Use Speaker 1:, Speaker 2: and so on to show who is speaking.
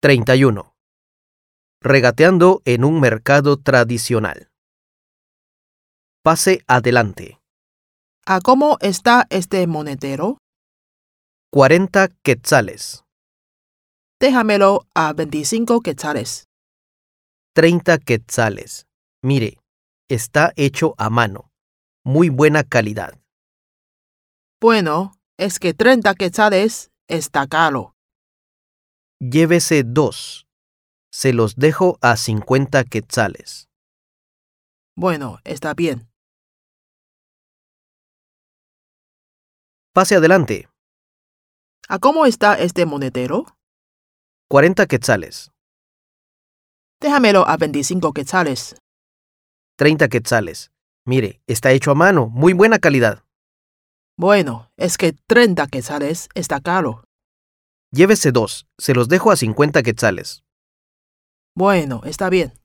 Speaker 1: 31. Regateando en un mercado tradicional. Pase adelante.
Speaker 2: ¿A cómo está este monedero?
Speaker 1: 40 quetzales,
Speaker 2: Déjamelo a 25 quetzales.
Speaker 1: 30 quetzales. Mire, está hecho a mano. Muy buena calidad.
Speaker 2: Bueno, es que 30 quetzales está caro.
Speaker 1: Llévese dos. Se los dejo a 50 quetzales.
Speaker 2: Bueno, está bien.
Speaker 1: Pase adelante.
Speaker 2: ¿A cómo está este monedero?
Speaker 1: 40 quetzales,
Speaker 2: Déjamelo a 25 quetzales.
Speaker 1: 30 quetzales. Mire, está hecho a mano. Muy buena calidad.
Speaker 2: Bueno, es que 30 quetzales está caro.
Speaker 1: Llévese dos. Se los dejo a 50 quetzales.
Speaker 2: Bueno, está bien.